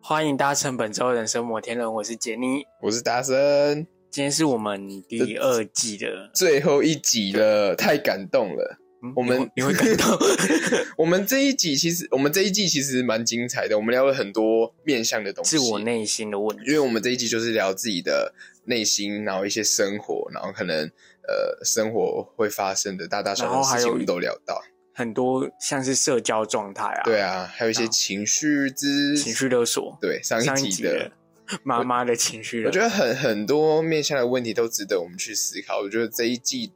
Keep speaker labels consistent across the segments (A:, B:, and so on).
A: 欢迎搭乘本周人生摩天轮，我是杰尼。
B: 我是达生，
A: 今天是我们第二季的，
B: 最后一集了，太感动了。
A: 嗯
B: 我们
A: 你会你会感 到
B: 我们这一集其实，我们这一季其实蛮精彩的，我们聊了很多面向的东西。
A: 自我内心的问
B: 因
A: 题。
B: 为我们这一集就是聊自己的内心，然后一些生活，然后可能呃生活会发生的大大小
A: 然
B: 小
A: 后还
B: 事
A: 有
B: 情，我们都聊到。
A: 很多像是社交状态啊，
B: 对，啊，还有一些
A: 然后
B: 情绪之
A: 情绪勒索，
B: 对上
A: 上一
B: 一集
A: 集
B: 的
A: 的，妈妈的情绪勒
B: 我觉
A: 索，
B: 得很很多面向的问题都值得我们去思考。我觉得这一季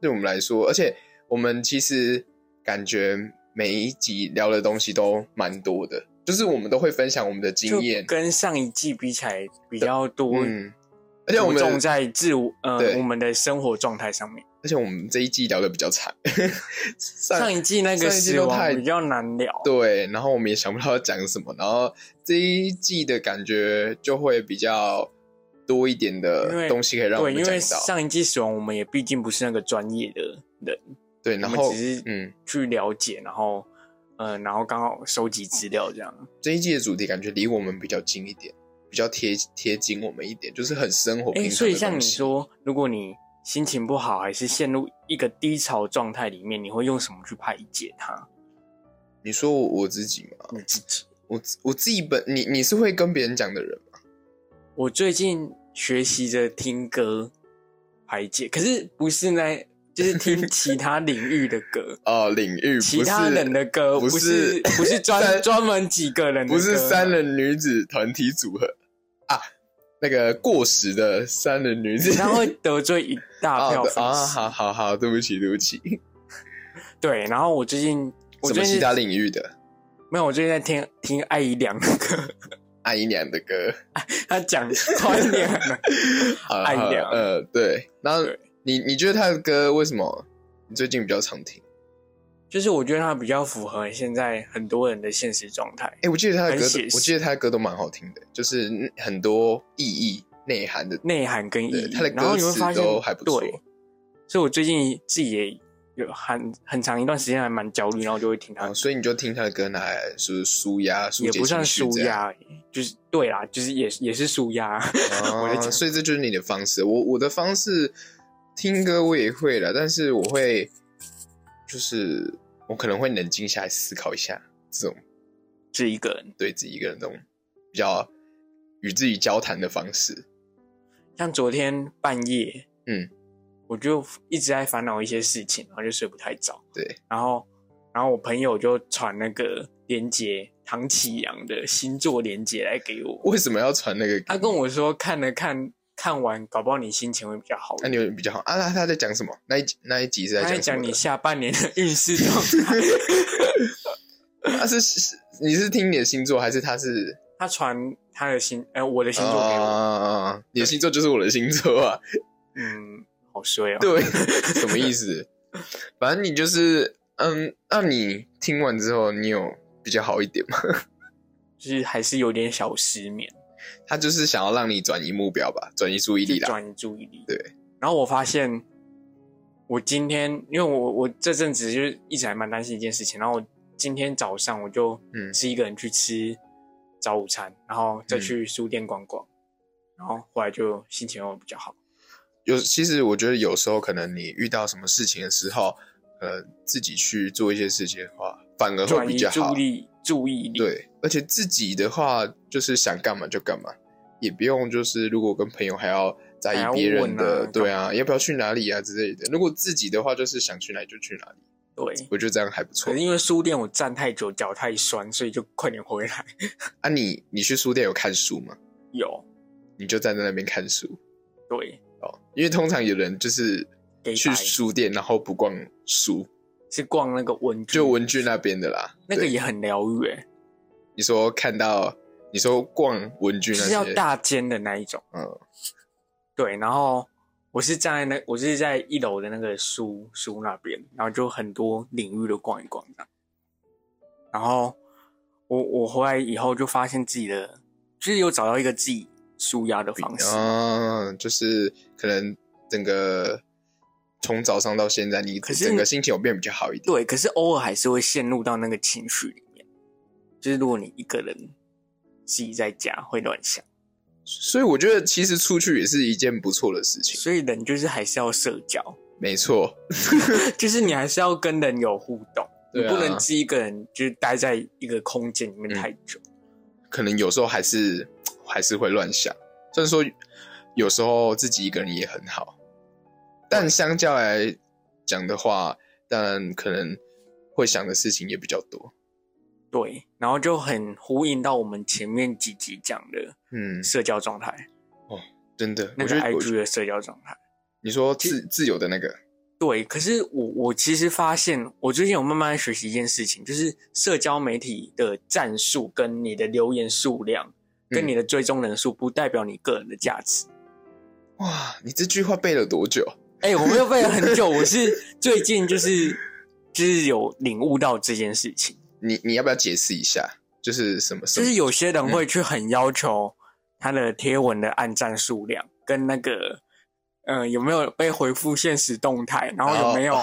B: 对我们来说，而且我们其实感觉每一集聊的东西都蛮多的，就是我们都会分享我们的经验
A: 就，跟上一季比起来比较多，
B: 嗯，而且我
A: 着重
B: 们
A: 在自我呃
B: 对
A: 我们的生活状态上面。
B: 而且我们这一季聊的比较长， 上
A: 上一季那
B: 上
A: 个
B: 一季
A: 死
B: 都
A: 亡
B: 太
A: 比较难聊，
B: 对，然后我们也想不到要讲什么，然后这一季的感觉就会比较多一点
A: 因为
B: 的东西可以让我
A: 对，
B: 们
A: 因
B: 讲
A: 为
B: 到，
A: 上一季死亡我们也毕竟不是那个专业的人，
B: 对，
A: 我
B: 然
A: 们
B: 后
A: 只是
B: 嗯。
A: 去了解，然后呃，然后刚好收集资料这样。
B: 这一季的主题感觉离我们比较近一点，比较贴贴近我们一点，就是很生活
A: 哎、
B: 平常
A: 所以
B: 的
A: 像
B: 东
A: 你
B: 西。
A: 说，如果你心情不好，还是陷入一个低潮状态里面，你会用什么去排解它？
B: 你说我我自己嘛，
A: 你自己。
B: 我自我自己本你你是会跟别人讲的人吗？
A: 我最近学习着听歌排解，可是不是那，就是听其他领域的 歌。
B: 哦，领域
A: 其他人的歌
B: 不
A: 不是
B: 是
A: 不是专
B: 三
A: 专门几个人的
B: 不是
A: 歌
B: 三人 女子团体组合啊，那个过时的三人女子。
A: 他会得罪一大
B: 哦
A: 票
B: 对
A: 粉
B: 啊，
A: 丝。
B: 好好好，对不起对不起。
A: 对，然后我最近我
B: 什
A: 最
B: 么
A: 近
B: 其他领域的
A: 没有，我最近在听听艾怡良的歌，
B: 爱姨娘的歌？
A: 他讲快一点 啊，
B: 好了
A: 爱姨
B: 好了
A: 娘
B: 呃，对。然后
A: 对
B: 你你觉得他的歌为什么你最近比较常听？
A: 就是我觉得他比较符合现在很多人的现实状态
B: 哎、，我记得他的
A: 很
B: 歌都
A: 写，实
B: 我记得他的歌都蛮好听的，就是很多意义内涵的。
A: 内涵跟意
B: 对
A: 义，
B: 他的歌
A: 然后你会
B: 词
A: 发现
B: 都还不错
A: 对，所以我最近自己也有很很长一段时间还蛮焦虑，然后就会听他
B: 然后，所以你就听他的歌拿来是舒压、疏
A: 也
B: 哦解
A: 不算
B: 情绪
A: 舒
B: 这样。
A: 压，就是对啦，就是也也是舒压， 我在
B: 哦，
A: 讲
B: 所以这就是你的方式。我我的方式听歌我也会了，但是我会就是我可能会冷静下来思考一下，这种
A: 是一个人。
B: 对自己一个人这种比较与自己交谈的方式。
A: 像昨天半夜，
B: 嗯，
A: 我就一直在烦恼一些事情，然后就睡不太着。
B: 对，
A: 然后，然后我朋友就传那个连接唐启阳的星座连接来给我，
B: 为什么要传那个？
A: 他跟我说看了看，看完搞不好你心情会比较好。
B: 那你有比较好啊？那他在讲什么？那一集那一集是
A: 他
B: 在
A: 在
B: 讲什
A: 讲
B: 么
A: 你
B: 的？
A: 下半年的运势 状态，
B: 他啊是是是你是听你的星座，还是他是哦
A: 他传他的星，呃，我的星座给我，
B: 啊？你的星座就是我的星座 啊？
A: 嗯，好衰哦。
B: 对，什么意思？反正你就是嗯，那你听完之后，你有比较好一点吗？
A: 就是还是有点小失眠，
B: 他就是想要让你转移目标吧，转移注意
A: 去
B: 力啦。
A: 转移注意力。
B: 对，
A: 然后我发现，我今天因为我我这阵子就是一直还蛮担心一件事情，然后我今天早上我就
B: 嗯
A: 是一个人去吃早午餐，然后再
B: 嗯
A: 去书店逛逛，然后后来就心情又比较好。
B: 有，其实我觉得有时候可能你遇到什么事情的时候，呃，自己去做一些事情的话，反而会
A: 转
B: 比
A: 移
B: 较好
A: 注。意注意力，，
B: 对，而且自己的话就是想干嘛就干嘛，也不用就是如果跟朋友还要在
A: 还要
B: 意别人的，
A: 问啊
B: 对啊，要不要去哪里啊之类的。如果自己的话，就是想去哪里就去哪里，
A: 对。
B: 我觉得这样还不
A: 可
B: 错
A: 是。因为书店我站太久，脚太酸，所以就快点回来。
B: 啊你，你去书店有看书吗？
A: 有
B: 你就站在那边看书
A: 对，
B: 哦，因为通常有人就是
A: 给
B: 去
A: 白
B: 书店然后不逛书，
A: 是逛那个文具，
B: 就文具那边的啦。
A: 那个
B: 对
A: 也很疗愈，哎，
B: 你说看到，你说逛文具
A: 就
B: 那
A: 是要
B: 些，
A: 大间的那一种。
B: 嗯，
A: 对，然后我是站在那，我是在一楼的那个书书那边，然后就很多领域都逛一逛这样。然后我我回来以后就发现自己的，就是有找到一个自己舒压的方式。
B: 啊，就是可能整个从早上到现在，你
A: 可是
B: 整个心情有变比较好一点。
A: 对，可是偶尔还是会陷入到那个情绪里面，就是如果你一个人自己在家会乱想，
B: 所以我觉得其实出去也是一件不错的事情。
A: 所以人就是还是要社交，
B: 没错，
A: 就是你还是要跟人有互动，你
B: 对啊嗯
A: 不能自己一个人就是待在一个空间里面太久。
B: 可能有时候还是还是会乱想。虽然说有时候自己一个人也很好，但相较来讲的话，但可能会想的事情也比较多。
A: 对，然后就很呼应到我们前面几集讲的
B: 嗯，
A: 社交状态，
B: 真的，
A: 那
B: 我
A: 个
B: 觉得我
A: IG 的社交状态。
B: 你说自自由的那个，
A: 对，可是我我其实发现，我最近有慢慢学习一件事情，就是社交媒体的战术跟你的留言数量，跟
B: 嗯
A: 你的追踪人数，不代表你个人的价值。
B: 哇，你这句话背了多久？
A: 哎、我没有背了很久，我是最近就是就是有领悟到这件事情，
B: 你你要不要解释一下？就是什么什
A: 就
B: 么？
A: 是有些人
B: 嗯
A: 会去很要求他的贴文的按赞数量跟那个。呃，有没有被回复现实动态？然后有没有、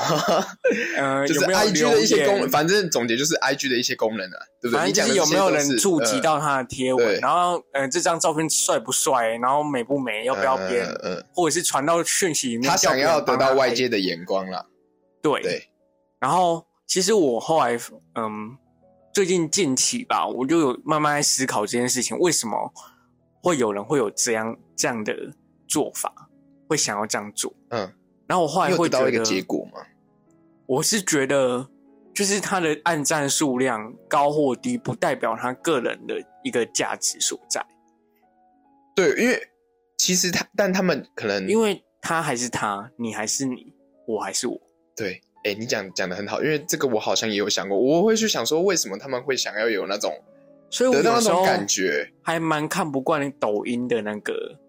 A: 呃，
B: 哦 就是
A: 有没有
B: I G 的一些
A: 留
B: 功
A: 言
B: 能，反正总结就是 I G 的一些功能啊，对不对？
A: 反
B: 你
A: 正就
B: 讲的
A: 是有
B: 这些
A: 没有
B: 都
A: 人
B: 是呃嗯
A: 触及、到他的贴文，
B: 对
A: 然后呃这张照片帅不帅，然后美不美，要
B: 呃
A: 不要别人，
B: 呃呃
A: 或者是传到讯息里面，
B: 他想要得到外界
A: 的
B: 的眼光啦，
A: 对。
B: 对，
A: 然后其实我后来嗯，最近近期吧，我就有慢慢在思考这件事情，为什么会有人会有这样这样的做法，会想要这样做。
B: 嗯，
A: 然后我后
B: 你
A: 来
B: 有
A: 会
B: 得
A: 觉
B: 到
A: 得，
B: 一个结果吗？
A: 我是觉得，就是他的按赞数量高或低，不代表他个人的一个价值所在，
B: 对，因为其实他，但他们可能
A: 因为他还是他，你还是你，我还是我。
B: 对，哎、你讲讲的很好，因为这个我好像也有想过，我会去想说，为什么他们会想要有那种
A: 所以我
B: 得到
A: 有
B: 那
A: 时
B: 种
A: 候
B: 感觉？
A: 还蛮看不惯抖音的那个，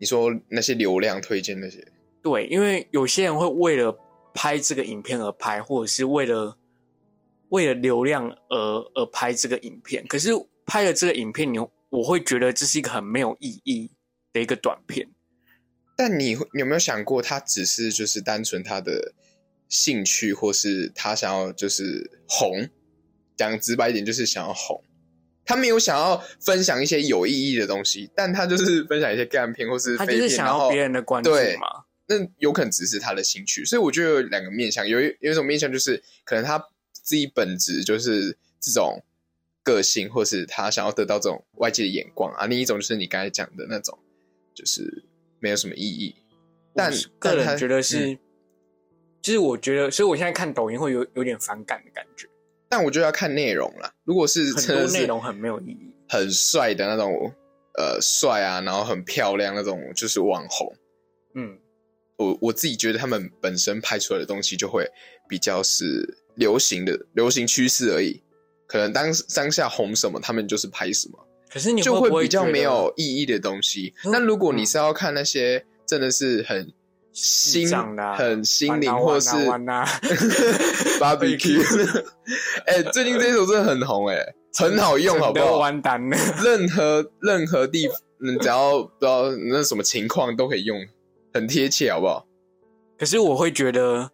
B: 你说那些流量推荐那些，
A: 对，因为有些人会为了拍这个影片而拍，或者是为了为了流量而而拍这个影片。可是拍了这个影片，你我会觉得这是一个很没有意义的一个短片。
B: 但你会你有没有想过，他只是就是单纯他的兴趣，或是他想要就是红？讲直白一点，就是想要红。他没有想要分享一些有意义的东西，但他就是分享一些干片或是
A: 他就
B: 废
A: 是
B: 片
A: 想
B: 然
A: 要
B: 后
A: 别人的关注
B: 对
A: 嘛。
B: 那有可能只是他的兴趣，所以我觉得有两个面向，有一有一种面向就是可能他自己本质就是这种个性，或是他想要得到这种外界的眼光啊；另一种就是你刚才讲的那种，就是没有什么意义。但
A: 我是个
B: 但他嗯
A: 人觉得是，就是我觉得，所以我现在看抖音会有有点反感的感觉，
B: 但我觉得要看内容啦。如果是
A: 很
B: 真
A: 多
B: 的
A: 内
B: 是
A: 容很没有意义。
B: 很帅的那种，呃，帅啊，然后很漂亮那种，就是网红。
A: 嗯，
B: 我我自己觉得他们本身拍出来的东西就会比较是流行的流行趋势而已，可能当当下红什么，他们就是拍什么，
A: 可是你
B: 就
A: 不会
B: 比较
A: 觉得
B: 没有意义的东西。
A: 嗯
B: 那如果你是要看那些真的是很心
A: 智障的啊
B: 很心灵
A: 玩啊
B: 或是
A: 玩啊玩啊
B: barbecue，哎、最近这一首真的很红哎、很好用好不
A: 真的
B: 好？
A: 完蛋了，
B: 任何任何地，嗯，只要不知道那什么情况都可以用，很贴切好不好？
A: 可是我会觉得，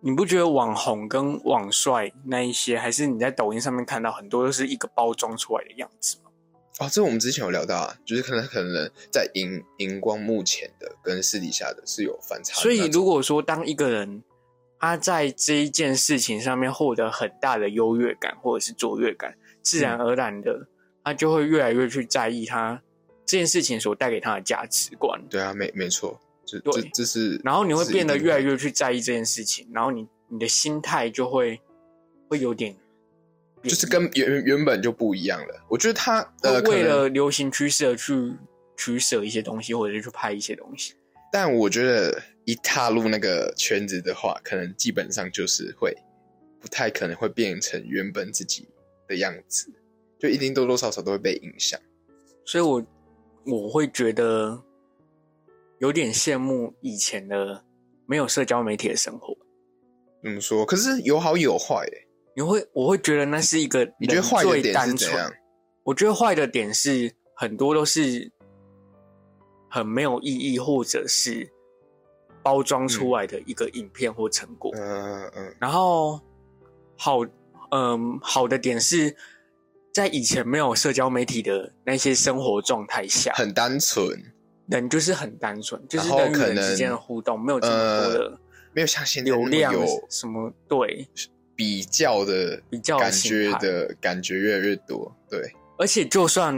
A: 你不觉得网红跟网帅那一些，还是你在抖音上面看到很多都是一个包装出来的样子吗？
B: 哦，这我们之前有聊到啊，就是可能可能在荧荧光幕前的跟私底下的是有反差的
A: 所
B: 那
A: 以
B: 种，
A: 如果说当一个人他在这一件事情上面获得很大的优越感或者是卓越感，自
B: 嗯
A: 然而然的、他就会越来越去在意他这件事情所带给他的价值观，
B: 对啊，没没错，这这
A: 对
B: 这是，
A: 然后你会
B: 这是一
A: 变得
B: 定
A: 越来
B: 的
A: 越去在意这件事情，然后你你的心态就会会有点变
B: 就是跟原原本就不一样了。我觉得他呃，
A: 会为
B: 可能
A: 了流行趋势而去取舍一些东西，或者是去拍一些东西。
B: 但我觉得一踏入那个圈子的话，可能基本上就是会不太可能会变成原本自己的样子，就一定多多少少都会被影响。
A: 所以我我会觉得有点羡慕以前的没有社交媒体的生活。
B: 怎么说？可是有好有坏、欸，
A: 你会我会觉得那是一个
B: 你觉得
A: 人
B: 坏的
A: 最
B: 点是
A: 单
B: 怎
A: 纯
B: 样？
A: 我觉得坏的点是很多都是很没有意义，或者是包装出来的一个影片或成果。
B: 嗯嗯嗯，
A: 然后好，嗯，好的点是，在以前没有社交媒体的那些生活状态下，
B: 很单纯，
A: 人就是很单纯，就是
B: 然后
A: 人与
B: 可
A: 人
B: 能呃
A: 之间的互动没有这么多的
B: 没有像现在那
A: 流
B: 么
A: 量
B: 有
A: 什么对
B: 比较的
A: 比较的
B: 感
A: 心
B: 觉
A: 态
B: 的感觉越来越多。对，
A: 而且就算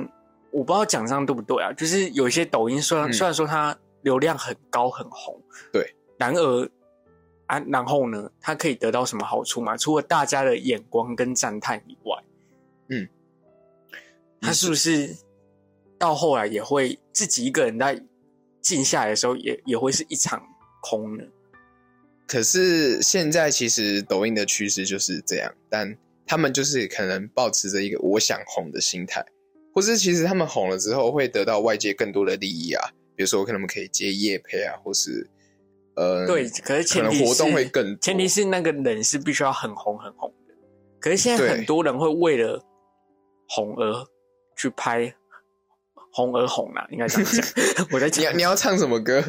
A: 我不知道讲这样对不对啊，就是有一些抖音虽然、
B: 嗯
A: 虽然说它流量很高很红，
B: 对，
A: 然而啊，然后呢，它可以得到什么好处嘛？除了大家的眼光跟赞叹以外，
B: 嗯，
A: 它是不是到后来也会自己一个人在静下来的时候也，也会是一场空呢？
B: 可是现在其实抖音的趋势就是这样，但他们就是可能保持着一个我想红的心态，或是其实他们红了之后会得到外界更多的利益啊，比如说可能我们可以接业配啊，或是呃，
A: 对，可是
B: 可
A: 前
B: 能
A: 提是
B: 活动会更多
A: 前提是那个人是必须要很红很红的。可是现在
B: 对
A: 很多人会为了红而去拍红而红啦，应该这样 讲。我在
B: 你要
A: 讲，
B: 你要唱什么歌？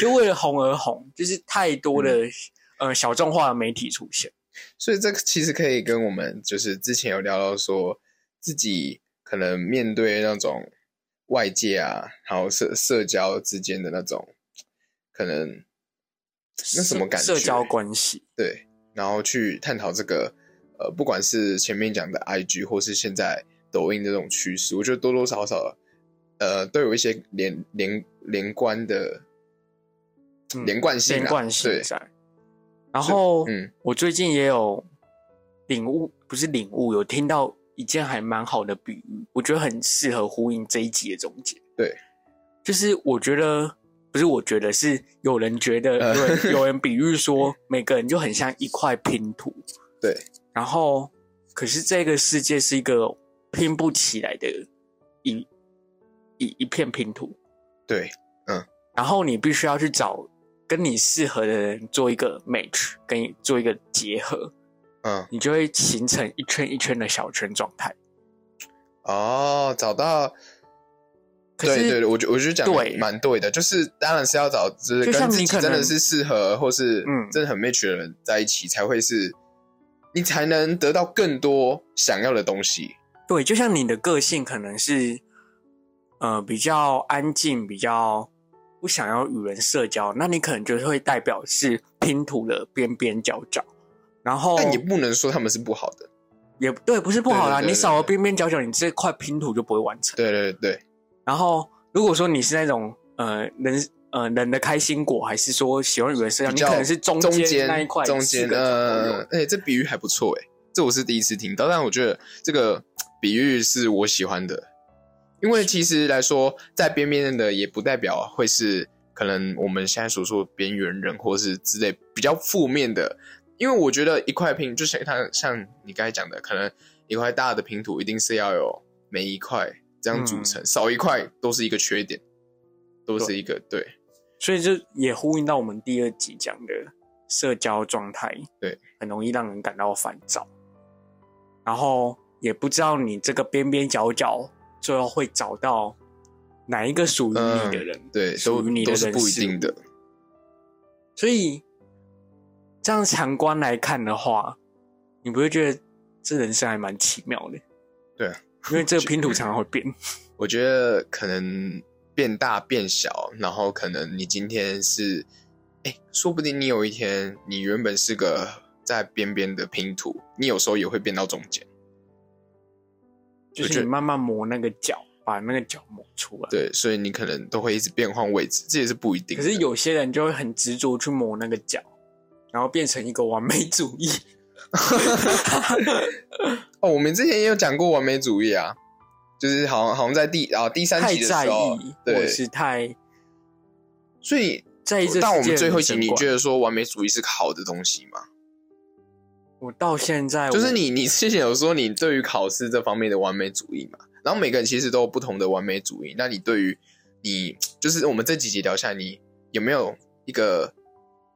A: 就为了红而红，就是太多的、
B: 嗯
A: 呃小众化的媒体出现。
B: 所以这个其实可以跟我们就是之前有聊到说，自己可能面对那种外界啊，然后社社交之间的那种可能那什么感觉？
A: 社社交关系，
B: 对，然后去探讨这个呃，不管是前面讲的 IG 或是现在抖音这种趋势，我觉得多多少少呃都有一些连连连关的
A: 嗯
B: 连贯性啊、
A: 连贯性
B: 对，
A: 在。然后，
B: 嗯
A: 我最近也有领悟，不是领悟，有听到一件还蛮好的比喻，我觉得很适合呼应这一集的总结。
B: 对，
A: 就是我觉得不是，我觉得是有人觉得，
B: 呃
A: 有 人有人比喻说，每个人就很像一块拼图。
B: 对，
A: 然后可是这个世界是一个拼不起来的一一一片拼图，
B: 对，
A: 然后你必须要去找跟你适合的人做一个 match，跟你做一个结合，
B: 嗯。
A: 你就会形成一圈一圈的小圈状态。
B: 哦，找到，
A: 可
B: 对
A: 是
B: 对，对我觉我觉得讲得
A: 对
B: 蛮对的，就是当然是要找，就是
A: 就像
B: 跟自
A: 你
B: 己
A: 可
B: 真的
A: 能
B: 是适合，或是
A: 嗯
B: 真的很 match 的人在一起，才会是，你才能得到更多想要的东西。
A: 对，就像你的个性可能是，呃，比较安静，比较不想要与人社交，那你可能就会代表是拼图的边边角角。然后
B: 但也不能说他们是不好的，
A: 也对，不是不好啦，
B: 对对对
A: 你
B: 对
A: 少了
B: 对
A: 边边角角，你这块拼图就不会完成。
B: 对对对，
A: 然后，如果说你是那种呃人呃人的开心果，还是说喜欢与人社交，
B: 比
A: 你
B: 较
A: 可能是中
B: 中
A: 间那一块
B: 中
A: 四
B: 间，
A: 个角都有
B: 呃，哎、这比喻还不错哎、这我是第一次听到，但我觉得这个比喻是我喜欢的，因为其实来说，在边边的也不代表会是可能我们现在所说的边缘人或是之类比较负面的，因为我觉得一块拼就像它像你刚才讲的，可能一块大的拼图一定是要有每一块这样
A: 嗯
B: 组成，少一块都是一个缺点，都是一个对
A: 所以就也呼应到我们第二集讲的社交状态，
B: 对，
A: 很容易让人感到烦躁，然后也不知道你这个边边角角最后会找到哪一个属于你的人，
B: 对，都
A: 属于你的
B: 都是
A: 人
B: 不一
A: 事
B: 定
A: 物
B: 的。
A: 所以这样长观来看的话，你不会觉得这人生还蛮奇妙的？
B: 对啊，
A: 因为这 个拼图常常会变。
B: 我觉得可能变大变小，然后可能你今天是，哎，说不定你有一天，你原本是个在边边的拼图，你有时候也会变到中间。
A: 就
B: 我觉
A: 是
B: 得
A: 你慢慢磨那个角，把那个角磨出来。，
B: 对，所以你可能都会一直变换位置，这也是不一定
A: 可
B: 的。
A: 是有些人就会很执着去磨那个角，然后变成一个完美主义。
B: 哦，我们之前也有讲过完美主义啊，就是好像好像在第啊第 三
A: 太
B: 集的
A: 在
B: 时候
A: 意，，或者
B: 对，
A: 是太
B: 所以
A: 在意这世界的人生观。
B: 但我们最后一集，你觉得说完美主义是个好的东西吗？
A: 我到现在我
B: 就是你，你之前有说你对于考试这方面的完美主义嘛？然后每个人其实都有不同的完美主义。那你对于你，就是我们这几集聊下来，你有没有一个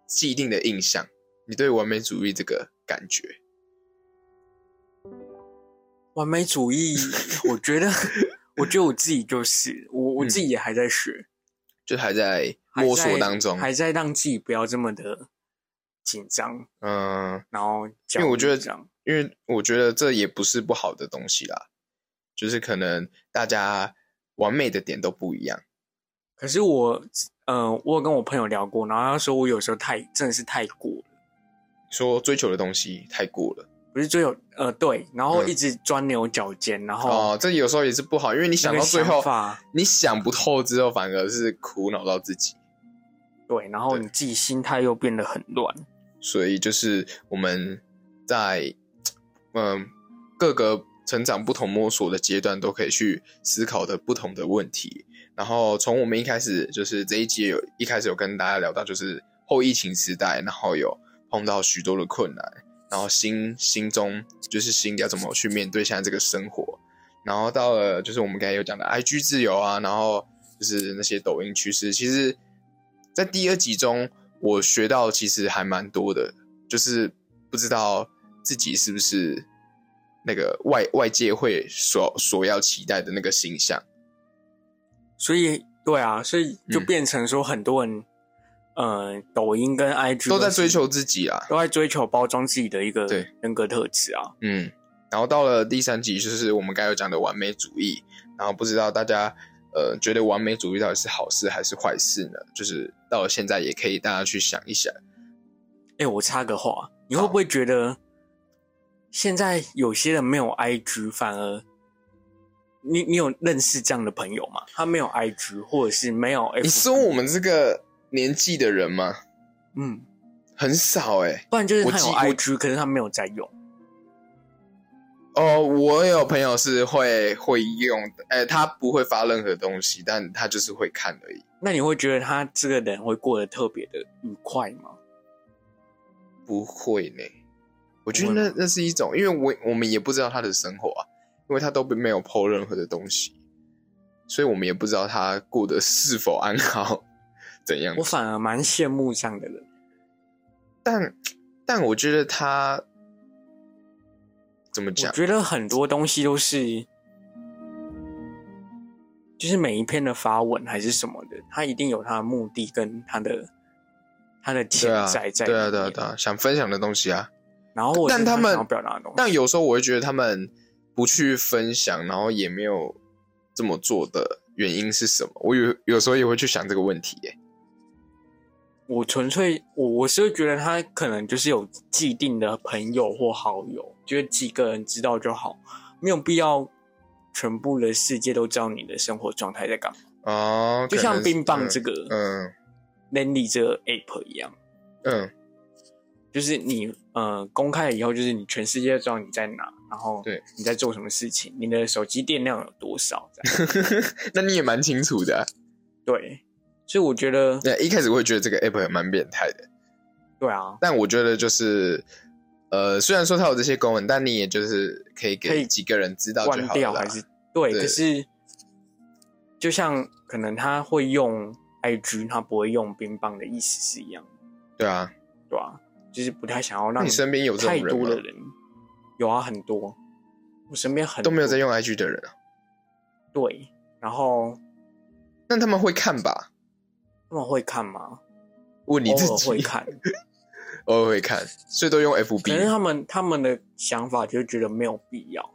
B: 既定的印象？你对完美主义这个感觉？
A: 完美主义，我觉得，我觉得我自己就是我，我
B: 嗯
A: 自己也还在学，
B: 就还在
A: 还
B: 摸
A: 在
B: 索当中。
A: 还在让自己不要这么的紧张，
B: 嗯，
A: 然后
B: 因为我觉得
A: 这样
B: 因为我觉得这也不是不好的东西啦，就是可能大家完美的点都不一样。
A: 可是我，呃，我有跟我朋友聊过，然后他说我有时候太真的是太过了，
B: 说追求的东西太过了
A: 不是追有呃对，然后
B: 嗯
A: 一直钻牛角尖，然后
B: 哦，这有时候也是不好，因为
A: 那
B: 你想
A: 个
B: 到最
A: 想
B: 后，
A: 法
B: 你想不透之后，反而是苦恼到自己。
A: 对，然后
B: 对
A: 你自己心态又变得很乱，
B: 所以就是我们在嗯、各个成长不同摸索的阶段，都可以去思考的不同的问题。然后从我们一开始就是这一集有一开始有跟大家聊到，就是后疫情时代，然后有碰到许多的困难，然后心心中就是心里要怎么去面对现在这个生活。然后到了就是我们刚才有讲的 IG 自由啊，然后就是那些抖音趋势，其实，在第二集中我学到其实还蛮多的，就是不知道自己是不是那个外外界会所所要期待的那个形象。
A: 所以对啊，所以就
B: 嗯
A: 变成说很多人，呃，抖音跟 IG
B: 都在
A: 是
B: 追求自己啦。
A: 都在追求包装自己的一个
B: 对
A: 人格特质啊，
B: 嗯，然后到了第三集，就是我们刚才有讲的完美主义。然后不知道大家呃觉得完美主义到底是好事还是坏事呢？就是到了现在，也可以大家去想一想。
A: 哎、我插个话，你会不会觉得现在有些人没有 IG，反而你你有认识这样的朋友吗？他没有 IG，或者是没有 F？
B: 你说我们这个年纪的人吗？
A: 嗯，
B: 很少哎、
A: 不然就是
B: 我
A: 他有
B: 记我
A: IG，可是他没有在用。
B: 哦，我有朋友是会会用的，哎、他不会发任何东西，但他就是会看而已。
A: 那你会觉得他这个人会过得特别的愉快吗？
B: 不会呢，我觉得
A: 不会
B: 那
A: 吗
B: 那是一种，因为我我们也不知道他的生活啊，因为他都没有 PO 任何的东西，所以我们也不知道他过得是否安好， 怎样
A: 我。反而蛮羡慕这样的人，
B: 但但我觉得他怎么
A: 我
B: 讲？
A: 觉得很多东西都是，就是每一篇的发文还是什么的，他一定有他的目的跟他的他的
B: 对
A: 潜
B: 啊，
A: 在在
B: 对啊，
A: 里
B: 对啊，
A: 面
B: 对啊，想分享的东西啊。
A: 然后或者
B: 但
A: 是
B: 他
A: 他
B: 们
A: 想要表达的东西，
B: 但有时候我会觉得他们不去分享，然后也没有这么做的原因是什么？我有有时候也会去想这个问题、耶。
A: 我纯粹我我是觉得他可能就是有既定的朋友或好友，就是几个人知道就好，没有必要全部的世界都知道你的生活状态在干嘛。
B: 哦，
A: 就像冰棒这
B: 个，
A: 个
B: 嗯
A: l a n d y 这个 app 一样，
B: 嗯，
A: 就是你呃公开了以后，就是你全世界都知道你在哪，然后
B: 对
A: 你在做什么事情，你的手机电量有多少，这 样
B: 那你也蛮清楚的啊、
A: 对。所以我觉得，
B: 那一开始我会觉得这个 app 也蛮变态的，
A: 对啊，
B: 但我觉得就是，呃，虽然说它有这些功能，但你也就是可以
A: 可
B: 给
A: 以
B: 几个人知道就
A: 关
B: 好
A: 掉
B: 了
A: 还
B: 啦。
A: 是对，
B: 对
A: 可是就像可能他会用 IG，他不会用冰棒的意思是一样，
B: 对啊，
A: 对吧、就是不太想要
B: 那
A: 让
B: 你身边有这
A: 太
B: 种人
A: 多的
B: 吗？
A: 人有啊，很多，我身边很
B: 都没有在
A: 多
B: 用 IG 的人啊，
A: 对，然后
B: 那他们会看吧？
A: 他们会看吗？
B: 问你
A: 偶
B: 自
A: 尔
B: 己，
A: 会看，
B: 偶尔会看，所以都用
A: 可是
B: FB。
A: 他们他们的想法就觉得没有必要，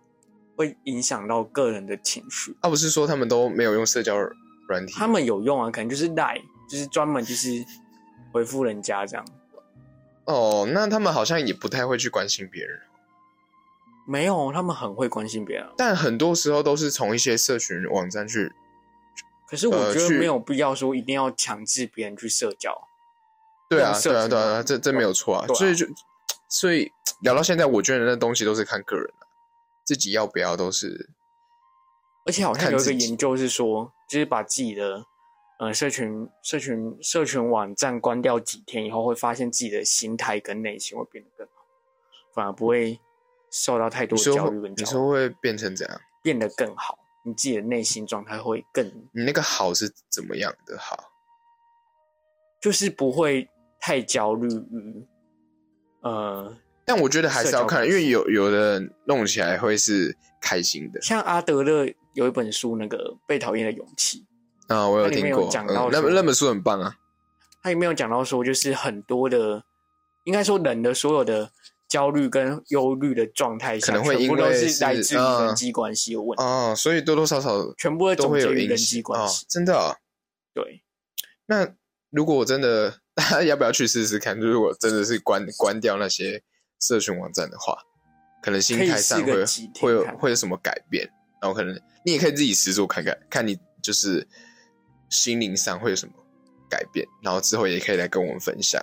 A: 会影响到个人的情绪。
B: 啊他、不是说他们都没有用社交软体？
A: 他们有用啊，可能就是赖，就是专门就是回复人家这样。
B: 哦，那他们好像也不太会去关心别人，
A: 没有，他们很会关心别人啊。
B: 但很多时候都是从一些社群网站去。
A: 可是我
B: 呃
A: 觉得
B: 去
A: 没有必要说一定要强制别人去社交。
B: 对啊
A: 用，社
B: 对啊，
A: 群
B: 对
A: 网
B: 啊，
A: 站
B: 这这没有错啊。
A: 对啊
B: 所以就，所以聊到现在，我觉得那东西都是看个人啊自己要不要都是。
A: 而且好像
B: 看
A: 有一个
B: 自己
A: 研究是说，就是把自己的呃社群、社群、社群网站关掉几天以后，会发现自己的心态跟内心会变得更好，反而不会受到太
B: 你
A: 多的
B: 说
A: 焦
B: 会
A: 虑跟
B: 你
A: 焦虑，
B: 说会变成怎样？
A: 变得更好。你自己的内心状态会更，
B: 你那个好是怎么样的好？
A: 就是不会太焦虑于呃
B: 但我觉得还是要
A: 社交
B: 看，
A: 关
B: 因
A: 系
B: 为有有的人弄起来会是开心的
A: 像阿德勒有一本书，那个《被讨厌的勇气》，
B: 啊。我有
A: 它里面
B: 听
A: 有
B: 过，
A: 讲
B: 嗯
A: 到
B: 那
A: 说
B: 那本书很棒啊。
A: 他里面有讲到说，就是很多的，应该说人的所有的焦虑跟忧虑的状态下，
B: 可能会因
A: 全
B: 为
A: 部都
B: 是
A: 来自于
B: 嗯
A: 人际关系有问题，
B: 哦，所以多多少少
A: 全部
B: 都
A: 总
B: 会
A: 结
B: 有
A: 于
B: 影
A: 人际
B: 响
A: 关系
B: 哦。，真的哦、
A: 对，
B: 那如果我真的，大家要不要去试试看？就是如果真的是关关掉那些社群网站的话，可能心
A: 可以
B: 态
A: 试
B: 上
A: 个
B: 会
A: 几天
B: 会有
A: 看
B: 会有什么改变？然后可能你也可以自己实做看看，看你就是心灵上会有什么改变，然后之后也可以来跟我们分享。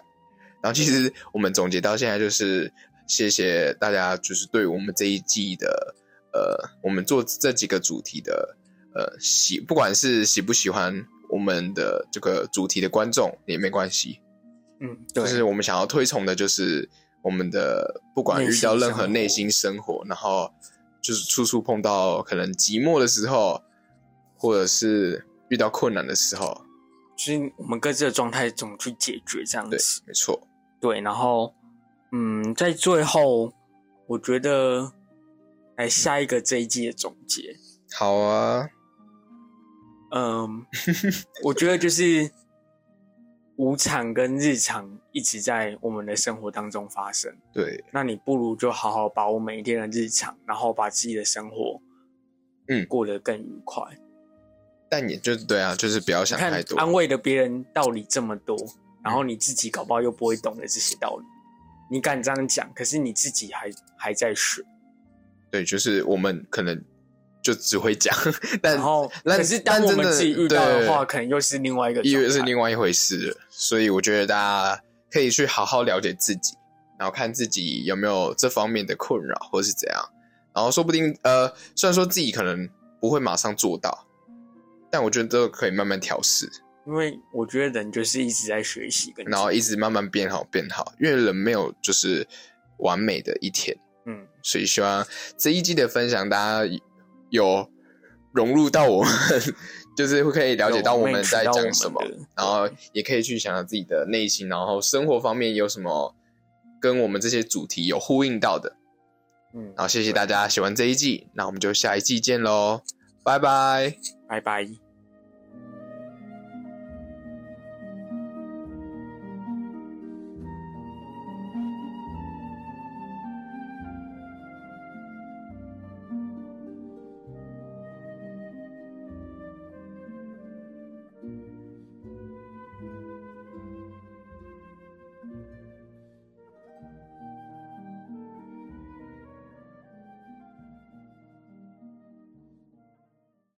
B: 然后其实我们总结到现在就是，谢谢大家，就是对我们这一季的呃，我们做这几个主题的呃喜，不管是喜不喜欢我们的这个主题的观众也没关系，
A: 嗯，对，
B: 就是我们想要推崇的，就是我们的不管
A: 内
B: 遇
A: 心
B: 到任何
A: 生活
B: 内心生活，然后就是处处碰到可能寂寞的时候，或者是遇到困难的时候，
A: 就是我们各自的状态怎么去解决这样
B: 对
A: 子。，
B: 没错，
A: 对，然后，嗯，在最后，我觉得来下一个这一季的总结，
B: 好啊，
A: 嗯，我觉得就是无常跟日常一直在我们的生活当中发生，
B: 对，
A: 那你不如就好好把握每一天的日常，然后把自己的生活，
B: 嗯
A: 过得更愉快。
B: 但也就是对啊，就是不要
A: 你
B: 想
A: 看
B: 太，多，嗯
A: 安慰的别人道理这么多，然后你自己搞不好又不会懂得这些道理，你敢这样讲，可是你自己还还在学。
B: 对，就是我们可能就只会讲， 但
A: 然后，
B: 那
A: 可是当
B: 但
A: 我
B: 真
A: 们
B: 的
A: 自己遇到的话，
B: 对
A: 可能又是另外一个状态。
B: 又是另外一回事了。所以我觉得大家可以去好好了解自己，然后看自己有没有这方面的困扰或是怎样。然后说不定呃，虽然说自己可能不会马上做到，但我觉得都可以慢慢调试，
A: 因为我觉得人就是一直在学习跟
B: 然后一直慢慢变好变好。因为人没有就是完美的一天。
A: 嗯，
B: 所以希望这一季的分享，大家有融入到我们，就是会可以了解到我们在讲什么
A: 有 match 到我们的，
B: 然后也可以去想想自己的内心，然后生活方面有什么跟我们这些主题有呼应到的。
A: 嗯，
B: 然后谢谢大家喜欢这一季，那我们就下一季见喽，拜拜。
A: 拜拜。